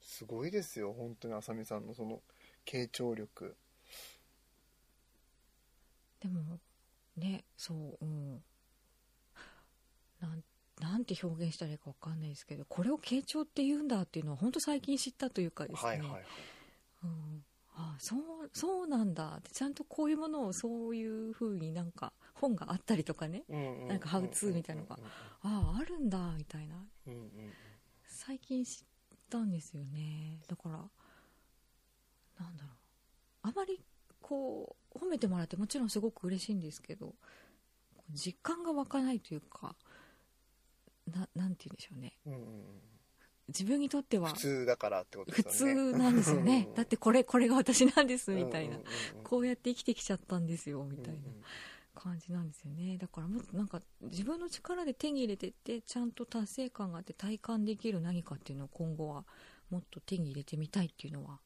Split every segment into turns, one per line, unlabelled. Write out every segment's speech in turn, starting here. すごいですよ本当にあさみさんのその傾聴力
でもねそううんなんなんて表現したらいいかわかんないですけどこれを傾聴って言うんだっていうのは本当最近知ったというかですね、
はいはいはい
うん、あそうそうなんだってちゃんとこういうものをそういうふうになんか本があったりとかね
うんう
なんかハウツーみたいのがあああるんだみたいな
うんうんうん
最近知ったんですよねだからなんだろうあまりこう褒めてもらってもちろんすごく嬉しいんですけど実感が湧かないというかななんて言うんでしょうね
うんうんうん
自分にとっては
普通だからってこと
普
ですよね
通なんですよねだってこれこれが私なんです
うんうんうん
みたいな
うんうん
こうやって生きてきちゃったんですよみた
う
いな
ん
感じなんですよねだからもっとなんか自分の力で手に入れてってちゃんと達成感があって体感できる何かっていうのを今後はもっと手に入れてみたいっていうのは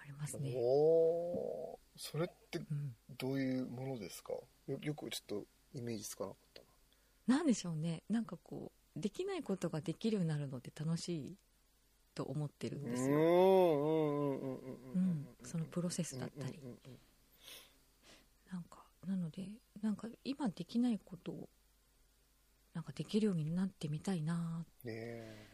あります
うんうん
ね、
おーそれって
うん、
どういうものですかよよくちょっとイメージつかなかったな
なんでしょうねなんかこうできないことができるようになるのって楽しいと思ってるんですよ、
うんうんうんうんうんう
うん
うん
ん、そのプロセスだったり、
うんうんうんうん
なんかなのでなんか今できないことをなんかできるようになってみたいな
ねえ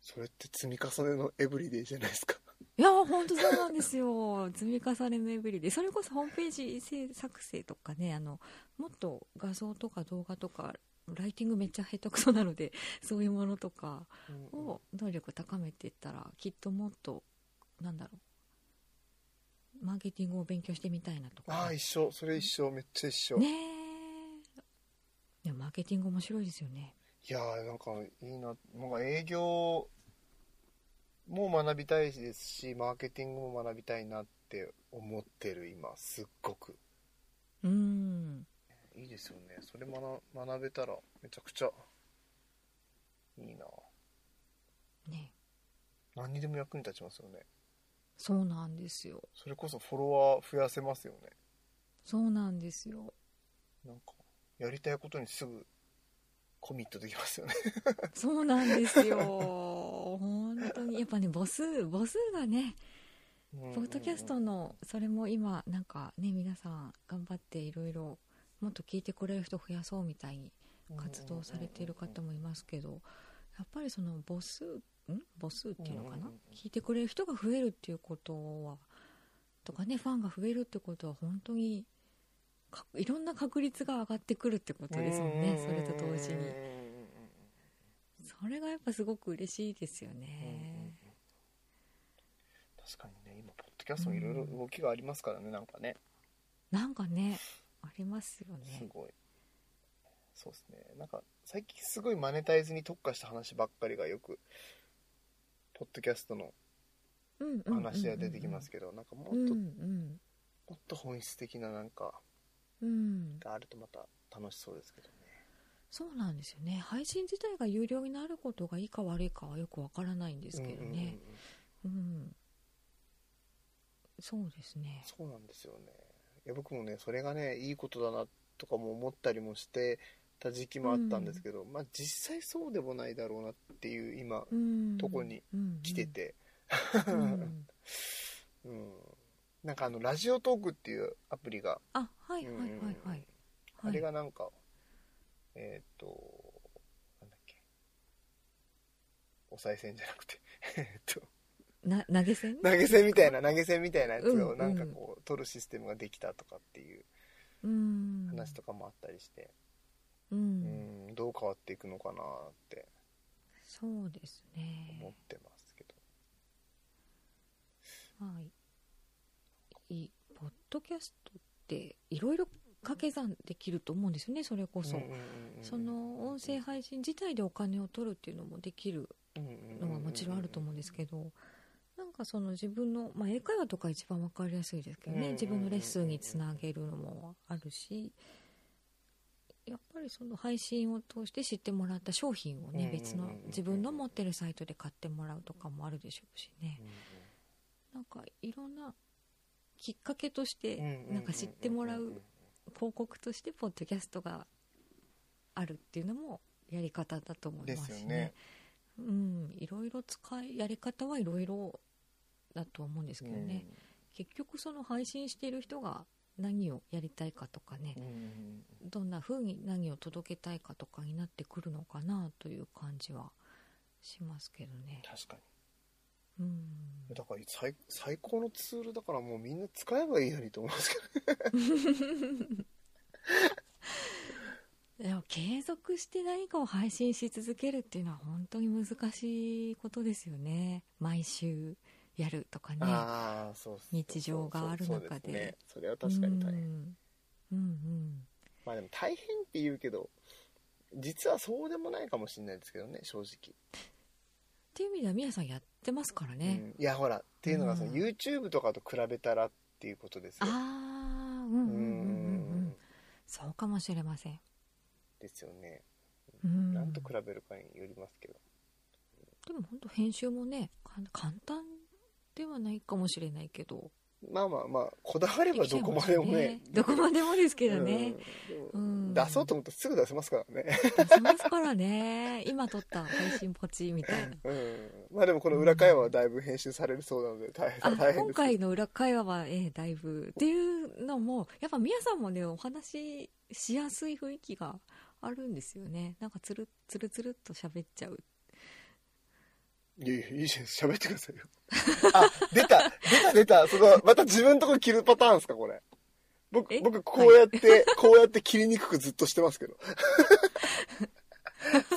それって積み重ねのエブリデイじゃないですか
いやー本当そうなんですよ積み重ねのエブリデイそれこそホームページ制作成とかねあのもっと画像とか動画とかライティングめっちゃ下手くそなので そういうものとかを能力高めていったらきっともっとなんだろうマーケティングを勉強してみたいなと
あ
か
あ
ね
一緒それ一緒めっちゃ一緒、
ーでもマーケティング面白いですよね
いやーなんかいいななんか営業も学びたいですしマーケティングも学びたいなって思ってる今すっごく
うーん
いいですよねそれ学学べたらめちゃくちゃいいな
ね
何にでも役に立ちますよね
そうなんですよ
それこそフォロワー増やせますよね
そうなんですよ
なんかやりたいことにすぐコミットできますよね
そうなんですよ。本当にやっぱね母数母数がね、ポッドキャストのそれも今なんかね皆さん頑張っていろいろもっと聞いてくれる人増やそうみたいに活動されている方
も
もいますけど、やっぱりその母数ん母数っていうのか
うんうん
な
うんうん、
聞いてくれる人が増えるっていうことはとかねファンが増えるってことは本当にかいろんな確率が上がってくるってことですもんね、それと同時に。それがやっぱすごく嬉しいですよね。
確かにね今ポッドキャストもいろいろ動きがありますからねなんかね
なんかね、ありますよ
す
ね。
ごいそうですねなんか最近すごいマネタイズに特化した話ばっかりがよくポッドキャストの
うんうんうんうん
話では出てきますけどなんかもっと、
うんう
も
ん
っと本質的ななんか
うん、
があるとまた楽しそうですけどね
そうなんですよね配信自体が有料になることがいいか悪いかはよくわからないんですけど
うんうんうんう
ね
ん、
うんそうですね
そうなんですよねいや僕もねそれがねいいことだなとかも思ったりもしてた時期もあったんですけど、まあ実際そうでもないだろうなっていう今
うん
とこに来て、て、
うんうんう
うん、
ん
なんかあのラジオトークっていうアプリが、
あはいはいはいは
うんう
い、
んう
は
ん
い、
あれがなんかえーっ、となんだっけお賽銭じゃなく てえーっと
な投げ銭
投げ銭みたいな投げ銭みたいなやつ
うんう
を
ん
なんかこう取るシステムができたとかっていう
うん
話とかもあったりして、
うん、
うん、どう変わっていくのかなって
そうです
思っ
ね
てますけど、
はいいポッドキャストっていろいろ掛け算できると思うんですよねそれこそ、
んんんん
その音声配信自体でお金を取るっていうのもできるのはもちろんあると思うんですけどなんかその自分の、まあ、英会話とか一番分かりやすいですけど
うんうんうん
ね自分のレッスンにつなげるのもあるしやっぱりその配信を通して知ってもらった商品を
うんうんう
ね
ん
別の自分の持ってるサイトで買ってもらうとかもあるでしょうしね
うんうん
なんかいろんなきっかけとして
うん
なんか知ってもらう広告としてポッドキャストがあるっていうのもやり方だと思い
で
ますす
よ
しね
ね
うん、いろいろ使いやり方はいろいろだと思うんですけどね、結局その配信している人が何をやりたいかとかね
う、ん
どんな風に何を届けたいかとかになってくるのかなという感じはしますけどね。
確か
うん、
にだから最最高のツールだからもうみんな使えばいいのにと思うんですけど
でも継続して何かを配信し続けるっていうのは本当に難しいことですよね。毎週やるとかね。
ああそうそう
日常がある
そ
中で
うそうそうすねそれは確かに大変、
うんうんうん
まあでも大変って言うけど実はそうでもないかもしれないですけどね正直、
っていう意味ではみやさんやってますからね、
うんいやほらっていうのがその、
うん
YouTube とかと比べたらっていうことですよ
ああうんうんうんうんうんそうかもしれません、
ですよね、
うん、
なんと比べるかによりますけど
でも本当編集もねかん簡単ではないかもしれないけど
まあまあまあこだわればどこまでもね
できちゃいますよどこまでもですけどね、
う
うんん、
出そうと思ったらすぐ出せますからね、
出せますからね今撮った配信ポチみたいな
うん、まあでもこの裏会話はだいぶ編集されるそうなので大
あ
変大変
今
ですけ
回の裏会話は、ええだいぶっていうのもやっぱ宮さんもねお話ししやすい雰囲気があるんですよねなんかつるつるつるっと喋っちゃう
どいやいやいいじゃん喋ってくださいよあ出た出た出たそこまた自分のとこ切るパターンですかこれ僕
え
僕こうやって、こうやって切りにくくずっとしてますけど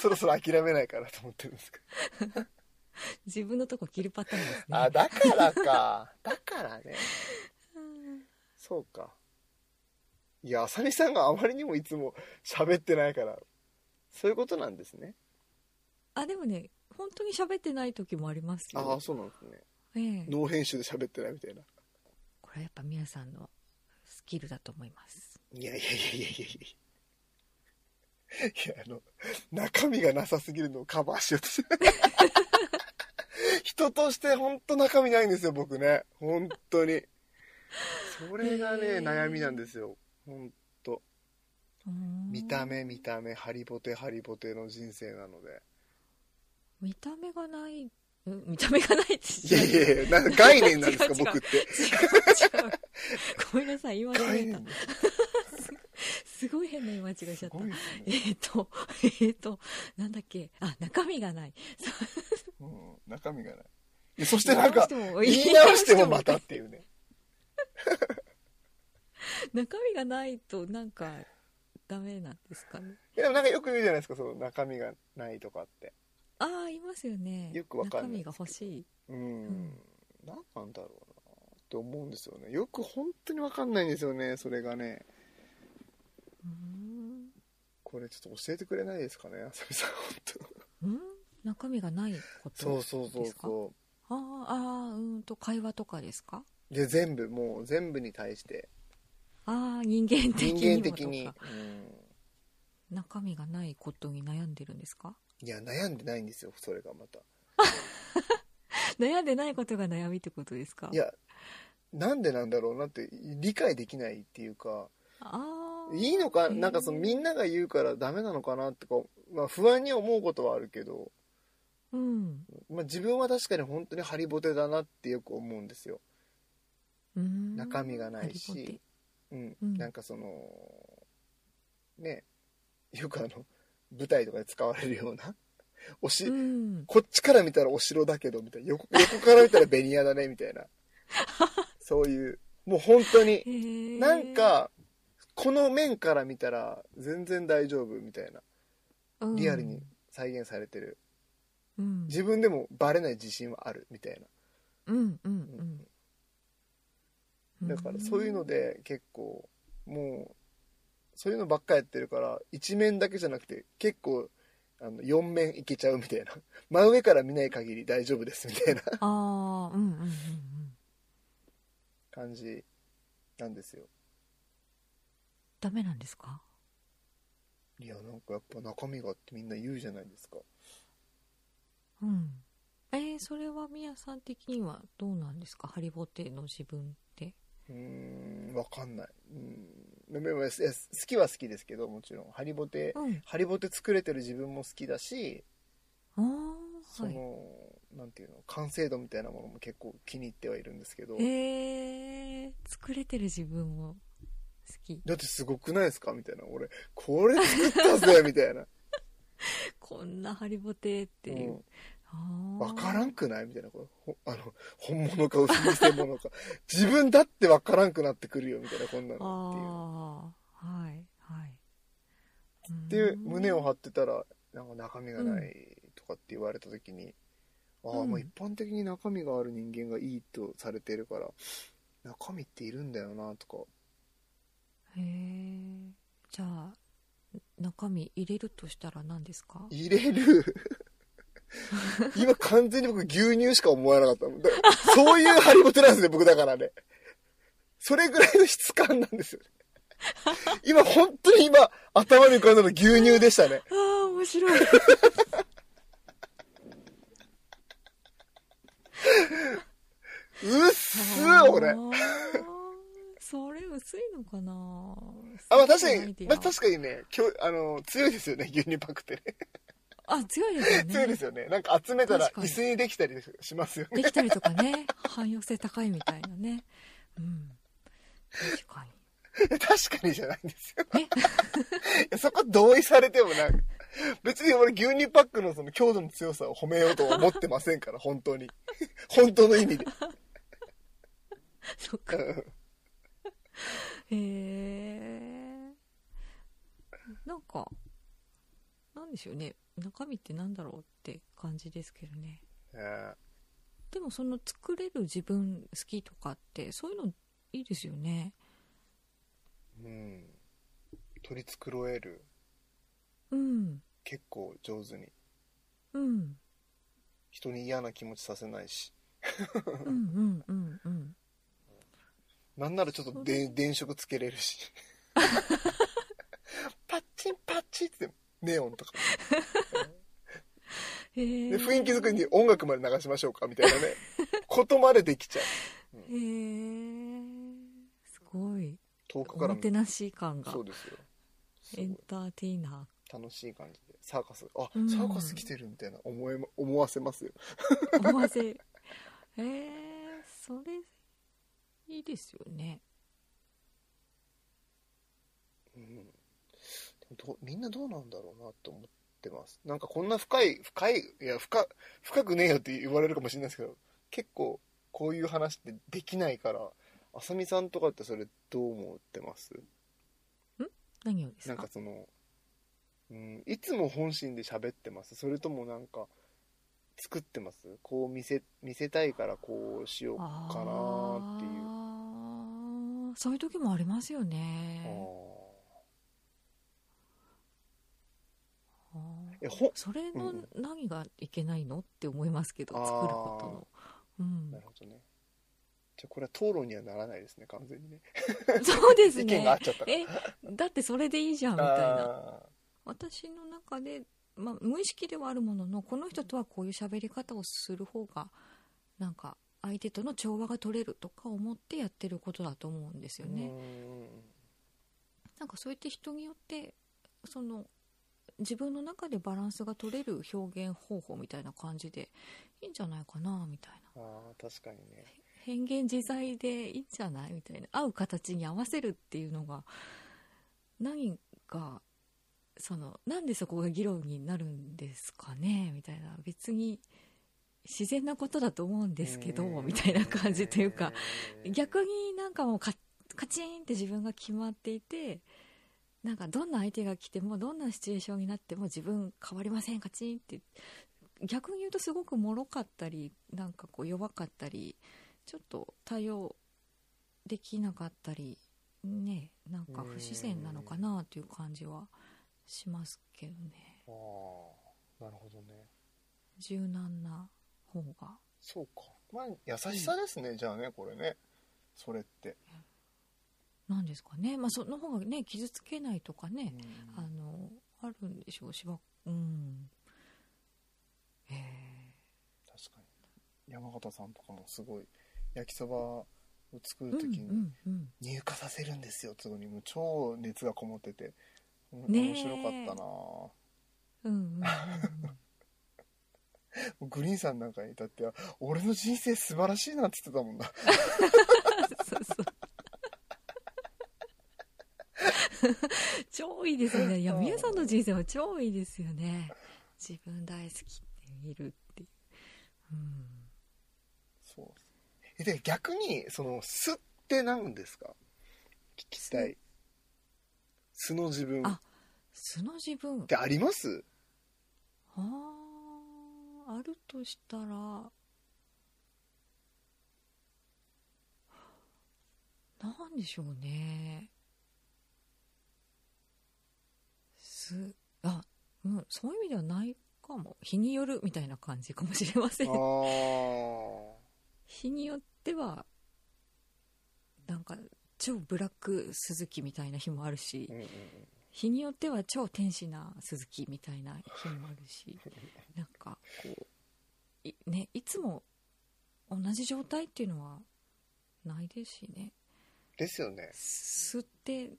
そろそろ諦めないかなと思ってるんですけど
自分のとこ切るパターンですね
あだからかだからね
うん
そうかいや浅見さんがあまりにもいつも喋ってないからそういうことなんですね
あでもね本当に喋ってない時もあります
あ
よ
あそうなんですね
ええ
ノー編集で喋ってないみたいな
これやっぱ宮さんのスキルだと思います
いやいやいやいやいやいやいやあの中身がなさすぎるのをカバーしようと して人として本当中身ないんですよ僕ね本当にそれがね
へー
悩みなんですよ本当見た目見
た
た目ハリボテハリボテの人生なので
見た目がないうん見た目がないって
いやいやいや、なんか概念なんですか、
違う違う
僕って。
違う違うごめんなさい今の
概
見
念
たすごい変な言い間違いしちゃ
す
った
ごいで
え
すね。
ー、とえー、となんだっけあ中身がない
うん、中身がないで。そしてなんか、
言い直
言い直してもまたっていうね。
中身がないとなんかダメなんですかね
いやでもなんかよく言うじゃないですか、その中身がないとかって。
ああいますよね
よくわかんない
中身が欲しい
うん。
うん
なんなんだろうなって思うんですよね。よく本当にわかんないんですよね、それがね。
うーん
これちょっと教えてくれないですかね、浅見さん、本
うん中身がないこと
当。そうそうそう
ですか
そ
あーあーうーんと会話とかですか
う。で、全部、もう全部に対して、
ああ人間的
人
に
間
も
的
と
に
か。中身がないことに悩んでるんですか
うんいや、悩んでないんですよ、それがまた。
悩んでないことが悩みってことですか
いやなんでなんだろうなって理解できないっていうか
ああ
いいのか
うん
なんかそのみんなが言うからダメなのかなとか、まあ、不安に思うことはあるけど、
うん
まあ、自分は確かに本当にハリボテだなってよく思うんですよ、
うーん
中身がないし
ハリボテ
うん
うん
なんかそのねよくあの舞台とかで使われるようなおし、
うん
こっちから見たらお城だけどみたいな横横から見たらベニヤだねみたいなそういうもう本当に
へえ
なんかこの面から見たら全然大丈夫みたいな
うん
リアルに再現されてる、
うん
自分でもバレない自信はあるみたい
うんうんうん
なだからそういうので結構もうそういうのばっかやってるから一面だけじゃなくて結構あの4面いけちゃうみたいな 真上から見ない限り大丈夫ですみたいな
ああうんうんうんうん
感じなんですよ
ダメなんですか
いやなんかやっぱ中身がってみんな言うじゃないですか
うんえー、それはみやさん的にはどうなんですかハリボテの自分って
うーん、わかんない。うん、でもいや好きは好きですけど、もちろん。ハリボテ、
うん
ハリボテ作れてる自分も好きだし、
あー
その、なんていうの完成度みたいなものも結構気に入ってはいるんですけど、
えー、作れてる自分も好き
だってすごくないですかみたいな俺これ作ったぜみたいな、
こんなハリボテって いう、あー
分からんくないみたいなこれほあの本物か偽物か自分だって分からんくなってくるよみたいなこんなのっていう。
ああはいはい
っていう胸を
っ
張ってたらなんか中身がないとかって言われた時に、あ
う
あ
ん
まあ一般的に中身がある人間がいいとされてるから中身っているんだよなとか
へえじゃあ中身入れるとしたら何ですか
入れ る今完全に僕牛乳しか思わなかったもんだそういうハリボテなんですね僕だからねそれぐらいの質感なんです よね今本当に今頭に浮かんだの牛乳でしたね
ああ面白い
うっ す
あー
俺
それ薄いのかな
あ、まあ確か
アイ
に
デ、ア
まあ確かにね、きょあの、強いですよね、 牛乳パックってね。
あ強いですよね
強いですよね。なんか集めたら
確か
椅
に
子にできたりしますよね。
できたりとかね汎用性高いみたいなねうん確かに
確かにじゃないんですよ。
え
いやそこ同意されてもなんか、別に俺牛乳パックのその強度の強さを褒めようとは思ってませんから、 本当に。本当の意味 で。
そっ か
うん
へえなんかなんでしょうね中身ってなんだろうって感じですけどね
え
でもその作れる自分好きとかってそういうのいいですよね
ーうん。取り繕える。
うん
結構上手に。
うん
人に嫌な気持ちさせないし。
うんうんうんうん
なんならちょっとで電飾つけれるし パッチンパッチンってネオンとか
へえ
で雰囲気作りに音楽まで流しましょうかみたいな ねことまでできちゃう
へえすごい
遠く
お
から
も
も
てなし感が
そうですよすご
エ
い
ンターテイナー
楽しい感じでサーカスあサ
うん
ーカス来てるみたいな思えま思わせますよ
思わせえー、それいいですよね
うんでもどうみんなどうなんだろうなと思ってますなんかこんな深い深いいや深深くねえよって言われるかもしれないですけど結構こういう話ってできないからあさみさんとかってそれどう思ってます
何をです
なん
か
かその、うん、いつも本心で喋ってますそれともなんか作ってますこう見せ見せたいからこうしようか
あ
なーっていう
あーそういう時もありますよ
あ
ね
ー
あー
えほ
それの
うん
何がいけないのって思いますけど
あー
作ることのうん
なるほどねじゃあこれは討論にはならないですね完全にね
そうです
意見が合っ
ね
ちゃったから
えだってそれでいいじゃんみたいな
あー
私の中で、まあ、無意識ではあるもののこの人とはこういう喋り方をする方がなんか相手との調和が取れるとか思ってやってることだと思うんですよね、なんかそうやって人によってその自分の中でバランスが取れる表現方法みたいな感じでいいんじゃないかなみたいな
うーんあー確かにね
変幻自在でいいんじゃないみたいな合う形に合わせるっていうのが何がそのなんでそこが議論になるんですかねみたいな別に自然なことだと思うんですけど
うーん
みたいな感じというか
うーん
逆になんかもうカカチンって自分が決まっていてなんかどんな相手が来てもどんなシチュエーションになっても自分変わりませんカチンって逆に言うとすごく脆かったりなんかこう弱かったりちょっと対応できなかったりねなんか不自然なのかなという感じはしますけどね
ああなるほどね
柔軟な方が
そうかまあ優しさですね、じゃあねこれねそれって、
なんですかねまあその方がね傷つけないとかね、
うん
あのあるんでしょうしばうんえ
確かに山形さんとかもすごい焼きそばを作
え
る
う
時
ん
に、
うんうん
入荷させるんですよつごにもう超熱がこもっててうん
ねえ
面白かったな
うんうんうんうん
グリーンさんなんかに至っては、俺の人生素晴らしいなって言ってたもんな。
そうそう超いいですよねいや
うん
皆さんの人生は超いいですよね自分大好きって見るっていう、うん、
そう。えで、逆に、その、素って何ですか聞きたい。素の自分っ
あ素の自分
てあります
あーあるとしたらなんでしょうねすあうんそういう意味ではないかも日によるみたいな感じかもしれませ
あ
ん
あ。
日によってはなんか超ブラック鈴木みたいな日もあるし、
うんうんうん
日によっては超天使な鈴木みたいな日もある しなんかこうい,、ね、いつも同じ状態っていうのはないですしね
ですよね。
吸って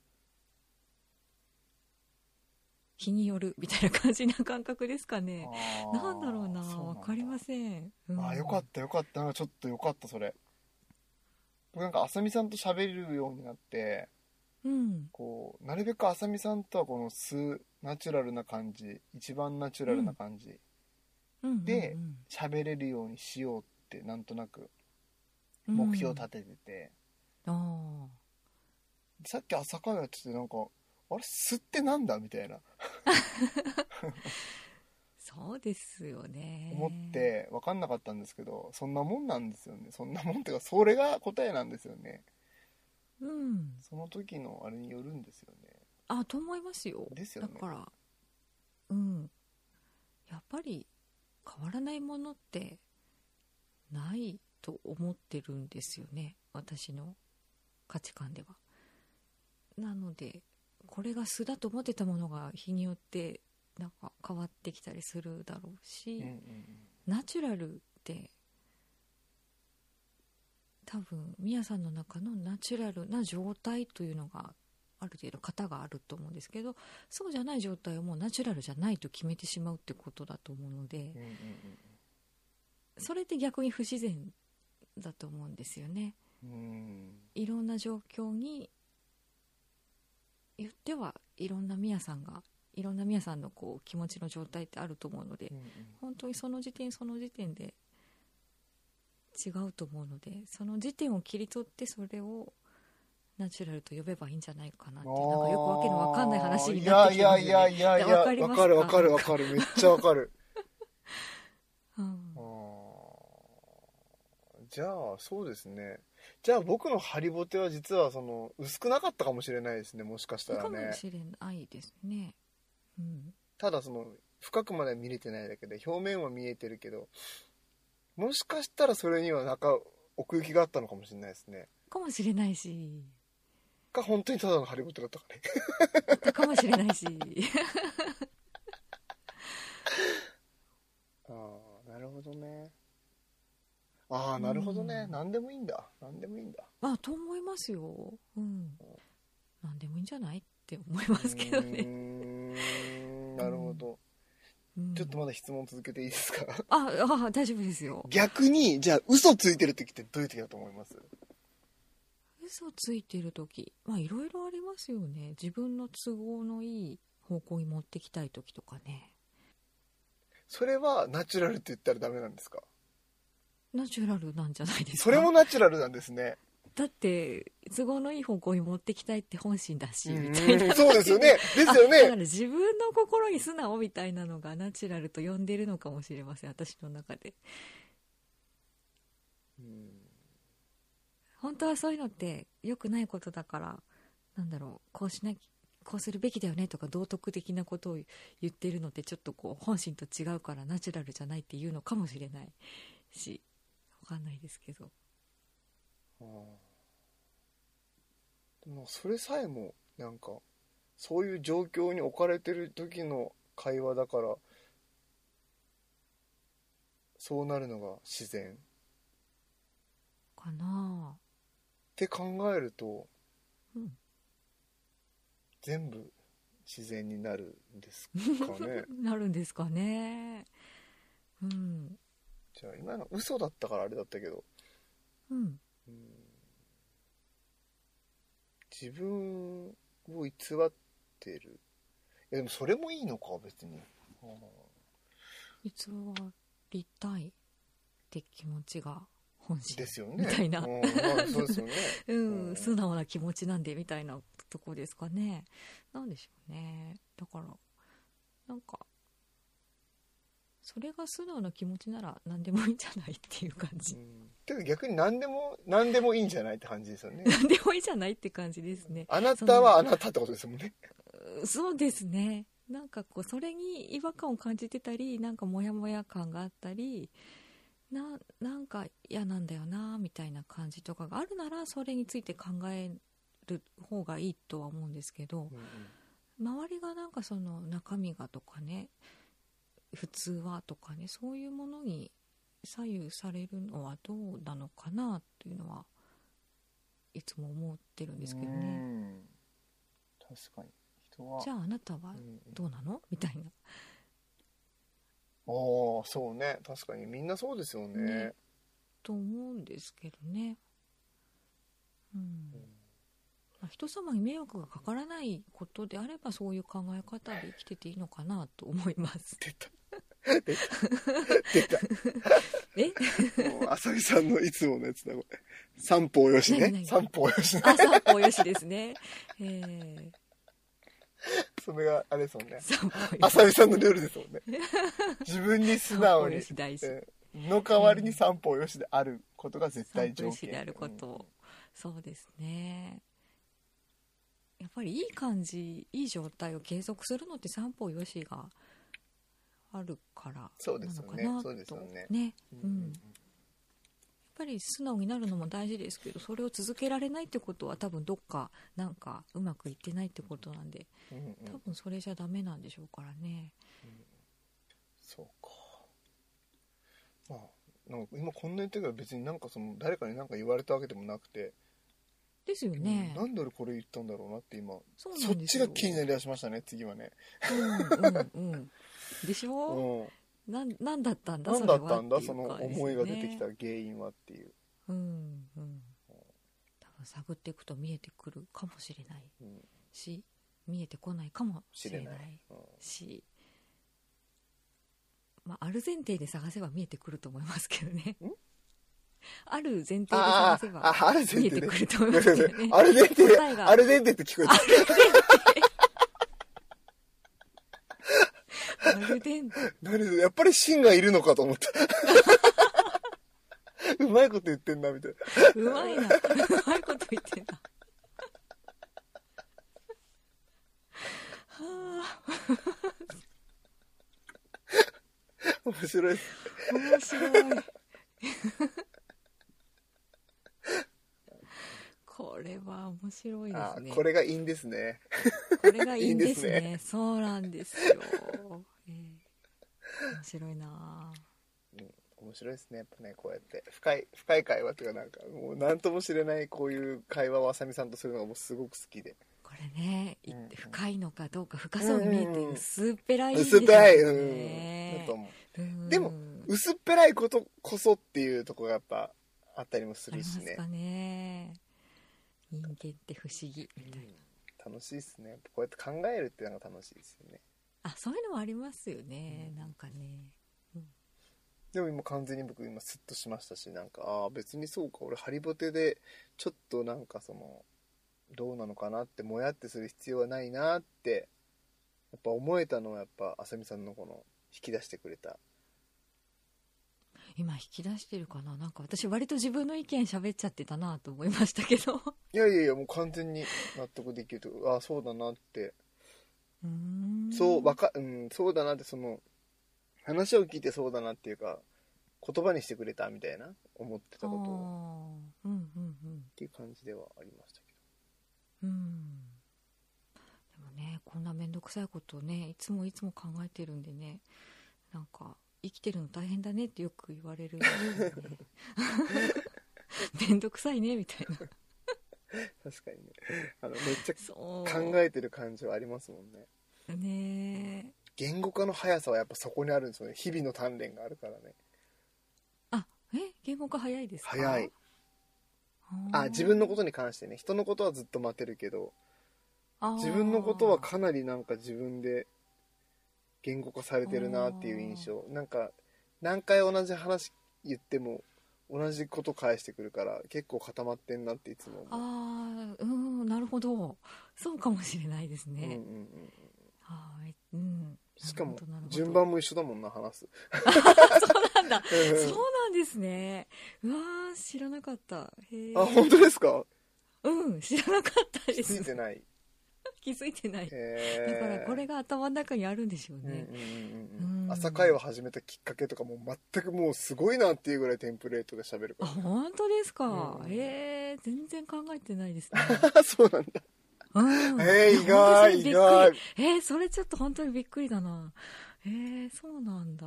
日によるみたいな感じな感覚ですかねなんだろうなわかりま
せ
せん、
んだ。あー、よかったたよかった。なんかちょっとよかった、それ。僕なんか、あさみさんと喋れるようになって、
うん
こう、なるべくあさみさんとはこの素、ナチュラルな感じ、一番ナチュラルな感じ、
うんうんうん
で喋れるようにしようって、なんとなく
うん
目標を立ててて、
あ
さっき朝会やっててなんかあれ吸ってなんだみたいな
ーそうですよね
思って分かんなかったんですけどそんなもんなんですよねそんなもんっていうかそれが答えなんですよね
うん
その時のあれによるんですよね
あと思いますよ
ですよね
だからうんやっぱり変わらないものってないと思ってるんですよね私の価値観ではなのでこれが素だと思ってたものが日によってなんか変わってきたりするだろうし、
うんうん
ナチュラルって多分ミヤさんの中のナチュラルな状態というのがある程度型があると思うんですけどそうじゃない状態をもうナチュラルじゃないと決めてしまうってことだと思うので
うんうんうん
それって逆に不自然だと思うんですよね。
うんうん
いろんな状況に言ってはいろんなミヤさんがいろんなミヤさんのこう気持ちの状態ってあると思うので
うんうん
本当にその時点その時点で違うと思うのでその時点を切り取ってそれをナチュラルと呼べばいいんじゃないかなってなんかよくわけのわかんない話になって
い
き
や
ま
い
す
や
よね
いやいやいや
わかりますか
るわかるわかるめっちゃわかる
うん
あーじゃあそうですねじゃあ僕のハリボテは実はその薄くなかったかもしれないですねもしかしたら
か
ね
もしれないですねうん
ただその深くまでは見れてないだけで表面は見えてるけどもしかしたらそれにはなんか奥行きがあったのかもしれないですね
かもしれないし
か本当にただのハリボテだったかね
かもしれないし
ああなるほどねああなるほどね、
うん
何でもいいんだ何でもいいんだ
まあと思いますようんなんでもいいんじゃないって思いますけど
う
ね、
ーんなるほど、
うん
ちょっとまだ質問続けていいですか
ああ大丈夫ですよ
逆にじゃあ嘘ついてる時ってどういう時だと思います
嘘ついてる時まあいろいろありますよね自分の都合のいい方向に持ってきたい時とかね
それはナチュラルって言ったらダメなんですか
ナチュラルなんじゃないですか
それもナチュラルなんですね
だって都合のいい方向に持ってきたいって本心だし
う
み
ん
たいな
そうですよねですよ
あだ
ね
から自分の心に素直みたいなのがナチュラルと呼んでるのかもしれません私の中で
うん
本当はそういうのって良くないことだからなんだろうこうしなきこうするべきだよねとか道徳的なことを言ってるのってちょっとこう本心と違うからナチュラルじゃないっていうのかもしれないしわかんないですけど
あーでもなんかそれさえもなんかそういう状況に置かれてる時の会話だからそうなるのが自然っ
かな
て考えると
あうん
全部 自然になるんですかね
なるんですかねうん
じゃあ今の嘘だったからあれだったけど、
うん
うん自分を偽ってるいやでもそれもいいのか別に、
偽りたいって気持ちが本心
ですよね
みたいな
うんまあそうですよ ね
うん
うん
素直な気持ちなんでみたいなとこですかねなんでしょうねだからなんかそれが素直な気持ちなら何でもいいんじゃないっていう感じ
うんてか逆に何でも何でもいいんじゃないって感じですよ ね
何でもいいじゃないって感じですね
あなたはあなたってことですもんね
うんそうですねなんかこうそれに違和感を感じてたりなんかモヤモヤ感があったりななんか嫌なんだよなみたいな感じとかがあるならそれについて考える方がいいとは思うんですけど、周りがなんかその中身がとかね普通はとかねそういうものに左右されるのはどうなのかなっていうのはいつも思ってるんですけどね
うん確かに人は
じゃああなたは
うん
どうなのみたい
ああそうね確かにみんなそうですよね
なねと思うんですけどねうん
うん
まあ人様に迷惑がかからないことであればそういう考え方で生きてていいのかなと思います
出た出た
え
出たもう浅見さんのいつものやつだこれ三方よし
何
ね
何
三方よしね
あ散歩よしですねえ
それがあれですもんね
ー、散歩よし
浅見さんのルールですもんね自分に素直に
散歩よし大事
えーの代わりに三方よしであることが絶対
三
条
分
件
子であることを、そうですねやっぱりいい感じいい状態を継続するのって三方よしがあるから
そうで
な
す
の
よ
か
ね
な
そうです
と
よね
ね
うん
うんやっぱり素直になるのも大事ですけどそれを続けられないってことは多分どっかなんかうまくいってないってことなんで
うんうんう
多
ん
分それじゃダメなんでしょうからね
そうかまあなんか今こんな言ってるけど別になんかその誰かに何か言われたわけでもなくて、
ですよ
う
ね
んなんで俺これ言ったんだろうなって今
そうな
そ
ん
っ
です
ち
よ
が気になりだしましたね次はね
うんうんうんでし
う
ょ、
ん
なんなんだったんだ
何
そ
だ
れは
ったんだ
ってい
そうの
かですね
思いが出てきた原因はっていう、
うんうん多分探っていくと見えてくるかもしれない
うん、
し見えてこないかもし
知
れ
れ
な
ないい
し、まあ、ある前提で探せば見えてくると思いますけどね
ん
ある前提で
あー
探せば
あある前
見え
提
て
で
くると思い
い
ま
やいや
す
い
け
や
どね
あれ前提
答えが
あれ前提って聞こえた
ある前提
なるほどやっぱり芯がいるのかと思った うまいこと言ってんなみたいな
うまいな うまいこと言ってんな
面白いです
面白 いこれは面白いで
あ
すね
ーこれがいいんですね
これがいいんですね
いいんで
そうなんですよ、えー面白いなあ
面白いですねやっぱねこうやって深い深い会話というかなんかもう何とも知れないこういう会話をあさみさんとするのがもうすごく好きで
これね、い
うんうん
深いのかどうか深そうに見え
うんうん
て
うん
薄っぺらいです
薄
よ
っぺらい、うん、だ
ね
と思う
うん
でも薄っぺらいことこそっていうとこがやっぱあったりもす
あり
る
ま
し
す
ね
かね人間って不思議みたいな、
楽しいですねこうやって考えるっていうのが楽しいですよね
あそういうのもありますよね、
うん
なんかね
でも今完全に僕今スッとしましたしなんかああ別にそうか俺ハリボテでちょっとなんかそのどうなのかなってもやってする必要はないなってやっぱ思えたのはやっぱあさみさんのこの引き出してくれた
今引き出してるかななんか私割と自分の意見喋っちゃってたなと思いましたけど
いやいやいやもう完全に納得できるとああそうだなって
うーん
そうわか、うん、そうだなってその話を聞いてそうだなっていうか言葉にしてくれたみたいな思ってたことをっ
あーうんうんうん
ていう感じではありましたけ
うんでもねこんな面倒くさいことをねいつもいつも考えてるんでねなんか生きてるの大変だねってよく言われるん ですよね面倒くさいねみたいな
ど確かにねあのめっちゃ
そう
考えてる感じはありますもんね
ねえ
言語化の速さはやっぱそこにあるんですよね日々の鍛錬があるからね
あえ言語化早いですか
早いあ自分のことに関してね人のことはずっと待てるけど自分のことはかなりなんか自分で言語化されてるなっていう印象なんか何回同じ話言っても同じこと返してくるから結構固まってんなっていつも
あ
思う
ーあーうんなるほどそうかもしれないです
うんうんう
ね、
ん
はいうん
しかも
なるほどなるほど
順番も一緒だもんな話す
そうなんだ
うんうん
そうなんですねうわー知らなかったへえ
あ本当ですか
うん知らなかった
気
です
づいてない
気づいてない
へ
だ
ー
からこれが頭の中にあるんでしょう
うんうん
ね、
うんうん
うん
朝会話始めたきっかけとかもう全くもうすごいなっていうぐらいテンプレートで喋るか
あ本当ですか、
うん
えー全然考えてないです ね、
らそうなんだ
うん、
えー、意
いや本当それ
外
びっく
意
り
外
えーそれちょっと本当にびっくりだなえーそうなんだ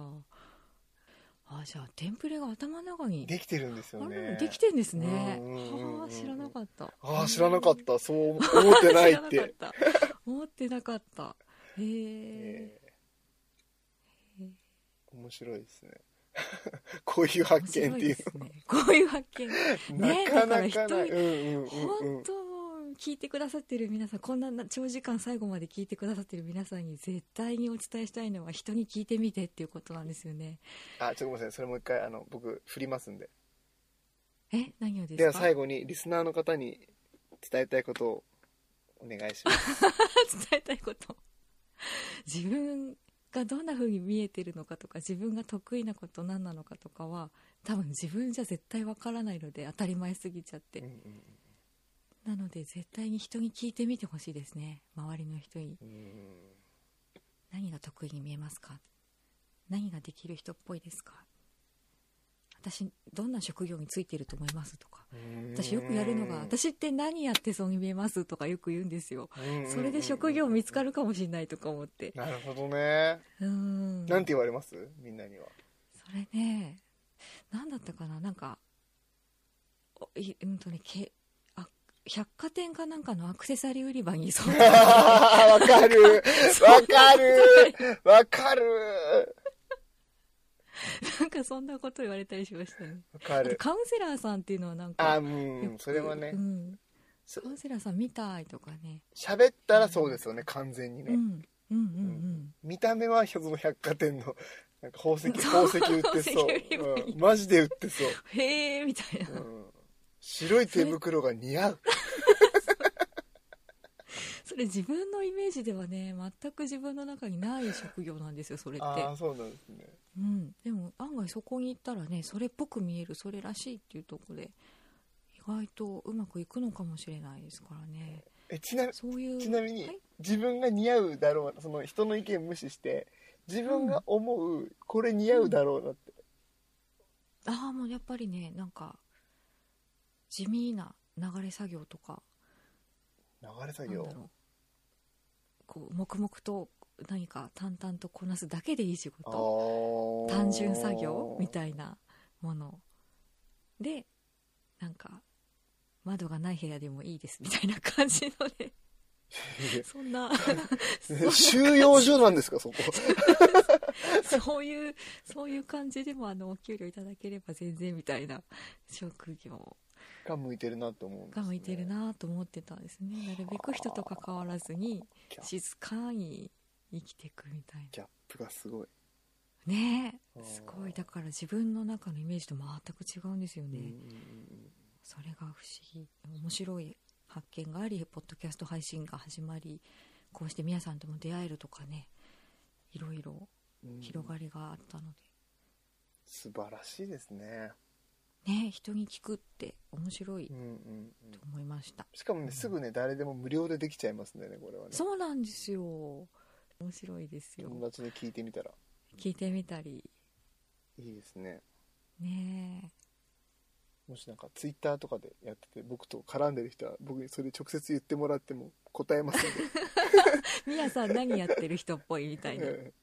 あじゃあテンプレが頭の中に
できてるんですよ
あれ
ね
できてんですね
うんうんうんうん
はあ知らなかった
ああ知らなかったそう思ってないっ
知らな
て
かった思ってなかったへえ
えー面白いですね こういう発見っていう
面白いですねこういう発見ね
なかなか
だか
な
ら
い
人
うんうんうんう
本
ん
当もう聞いてくださってる皆さんこんなな長時間最後まで聞いてくださってる皆さんに絶対にお伝えしたいのは人に聞いてみてっていうことなんですよね
あちょっとごめんなさいそれもう一回あの僕振りますんで
え何をですか
では最後にリスナーの方に伝えたいことをお願いします
伝えたいこと自分がどんな風に見えてるのかとか自分が得意なこと何なのかとかは多分自分じゃ絶対わからないので当たり前すぎちゃっ
うん
て
うん
なので絶対に人に聞いてみてほしいですね周りの人に
うん
何が得意に見えますか何ができる人っぽいですか私どんな職業についてると思いますとか私よくやるのが私って何やってそうに見えますとかよく言うんですよそれで職業見つか
る
るかもしれないとか思って
なるほどね
うーん
なんて言われますみんなには
それね何だったかななんかおいうんとねけあ百貨店かなんかのアクセサリー売り場にそう
わか るわかるわかる
なんかそんなこと言われたりしましたね
わか
あと
る
カウンセラーさんっていうのはなん
あ
か
う
よ
ん
く
それはね
うん
そ
カウンセラーさん見たいとかね
喋ったらそうですよね完全に
う
ね
んうんうん
見た目はその百貨店のなんか宝石宝
そう
石売ってそう
宝石売り場に
うんマジで売ってそう
うんへえみたいな、
うん白い手袋が似合う
それ自分のイメージではね全く自分の中にない職業なんですよそれって
ああそうなんですね
うん、でも案外そこに行ったらねそれっぽく見えるそれらしいっていうところで意外とうまくいくのかもしれないですからね
えちなみ
そういう
ちなみに
はい
自分が似合うだろうなその人の意見無視して自分が思うこれ似合うだろうなって
ああもうやっぱりねなんか地味な流れ作業とか
流れ
な
作
んだ
業
ろうこう黙々と何か淡々とこなすだけでいい仕事単
単
純作業 みたいなものでなんか窓がない部屋でもいいですみたいな感じのねそん な
収容所なんですかそこ
そういうそういう感じでもあのお給料いただければ全然みたいな職業
が向いてるなと思うんですね、
が向いてるなと思ってたんですねなるべく人と関わらずに
ギャ
静かに生きていくみたい
ギャップがすごい、
なね
あー
えすごいだから自分の中のイメージと全く違うんですよね、
うんうん
それが不思議面白い発見がありポッドキャスト配信が始まりこうして皆さんとも出会えるとかねいろいろ
うんうん
広がりがあったので、
素晴らしいですね、
ね人に聞くって面白い
うんうんうん、
と思いました、
しかもねすぐね誰でも無料でできちゃいますんでねこれはね
そうなんですよ面白いですよ
友達に聞いてみたら
聞いてみたり
いいですね
ね
もしなんかツイッターとかでやってて僕と絡んでる人は僕にそれ直接言ってもらっても答えますん で
えみやさん何やってる人っぽいみたいな
うん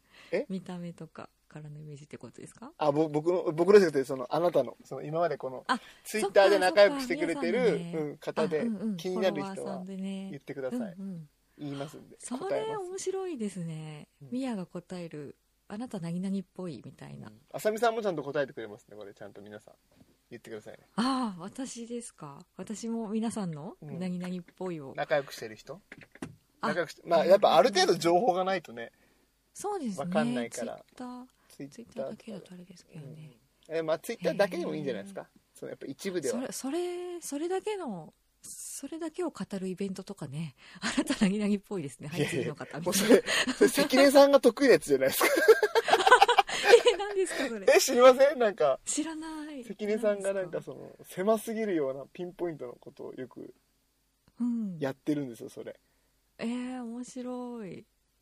見た目とかからのイメージってことですか
あぼ僕の僕らじゃなくてそのあなたのその今までこの
あ
ツイッターで仲良くしてくれて
そっ
る
かそっか
うん方で
皆さんのねあうんうん
気になる
フ
人
ォロワーさ
は
んでね
言ってください
うんうん、
言いますんで
そ
答え
れ
ます
面白いですね
うん
ミヤが答えるあなた何々っぽいみたいな、
あさみさんもちゃんと答えてくれますねこれちゃんと皆さん言ってくださいね
ああ私ですか私も皆さんの
うん
何々っぽいを、
仲良くしてる人
あ
仲良くしてまあやっぱある程度情報がないとね
そうですね
わかんないから
ツイッター
ツイ
ツイ
ッ
ッタ
ター
ー
と
だけ
か
だとあれですけどね、
でまあツイッターだけでもいいんじゃないですかそのやっぱ一部で
そ
は
れそれそれだけのそれだけを語るイベントとかねあなた何々っぽいですねはい次の方み
もう
た
そ
いな
れそれ関根さんが得意なやつじゃない ですか
え何ですかそれ
え知りませんなんか
知らない
関根さんがなんか
です
その狭すぎるようなピンポイントのことをよく
うん
やってるんですよそれ
えー、面白い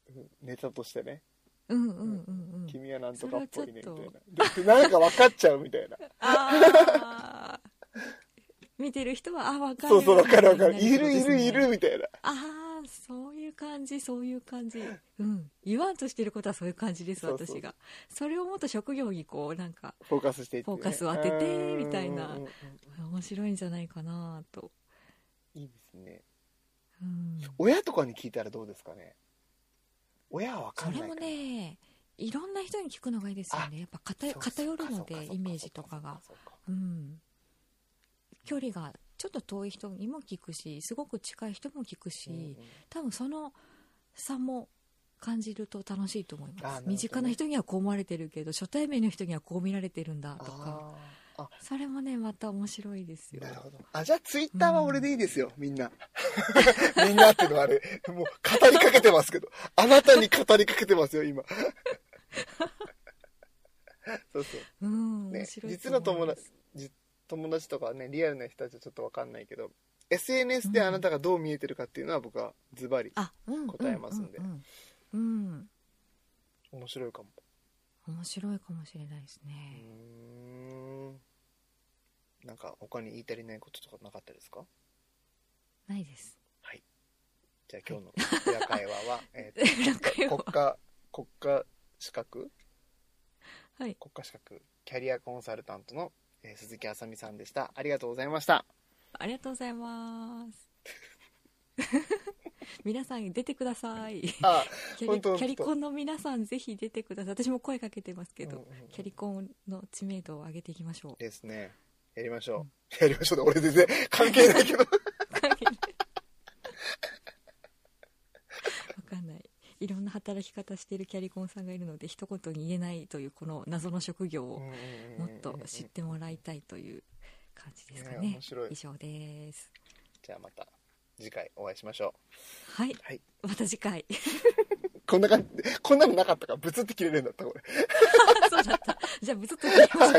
うんネタとしてね
うんうんうんう
「
ん
君はなんとかっぽいね」み
そ
た
れはちょ
い
っと
なでなんか分かっちゃうみたいな
ああ 見てる人はあ分かる
そうそう分かる分かる
何
い
々
るい
ですね
るいるみたいな
ああそういう感じそういう感じうん言わんとしてることはそういう感じです
そうそう
私がそれをもっと職業にこうなんか
フォーカスしていってね
フォーカスを当ててみたい
う
な
んうんうん
面白いんじゃないかなと、
いいですね
うん、
親とかに聞いたらどうですかね親は分かん
そ
ないか
れ
な
もねいろんな人に聞くのがいいですよねやっぱ偏
そうか
偏る
そ
の
うかそう
で
か
イメージとかが
そうか
うん距離がちょっと遠い人にも聞くしすごく近い人も聞くし、
そうか
多分その差も感じると楽しいと思い
あな
ま
る
す、
ほどね
身近な人にはこう思われてるけど初対面の人にはこう見られてるんだ
うん
とか
あーあ
それもねまた面白いですよ
なるほどあじゃあツイッターは俺でいいですよ、みんな みんなっていうのはあれもう語りかけてますけどあなたに語りかけてますよ 今そうそう
うん、
ね
面白い
実の友
思いま
達
す
じ友達とかねリアルな人たちはちょっと分かんないけど SNS であなたがどう見えてるかっていうのは僕はズバリ
あ、うん、
答えますんで
ううんうんうん
面白いかも
面白いかもしれないです
う
ね、
ーんなんか他に言い足りないこととかなかったですか
ないです
じゃあ今日の裏会話は、えー
裏会
と
話
国家国家資格
はい
国家資格キャリアコンサルタントの、えー鈴木あさみさんでしたありがとうございま した
ありがとうございます 皆さん出てください
あ
キャ
本
リ
当
キャリコンの皆さんぜひ出てください私も声かけてますけ
うん
ど、
うんうん
キャリコンの知名度を上げていきましょう
ですねやりましょう、やりましょうで俺全然関係ないけど
わかんないいろんな働き方してるキャリコンさんがいるので一言に言えないというこの謎の職業をもっと知ってもらいたいという感じですか
ね
ね
面白い
以上です
じゃあまた次回お会いしましょ
はい、
はい
また次回
うこ んな感じでこんなのなかったからブツって切れるんだったこれ
そうだったじゃあブツッと切りましょう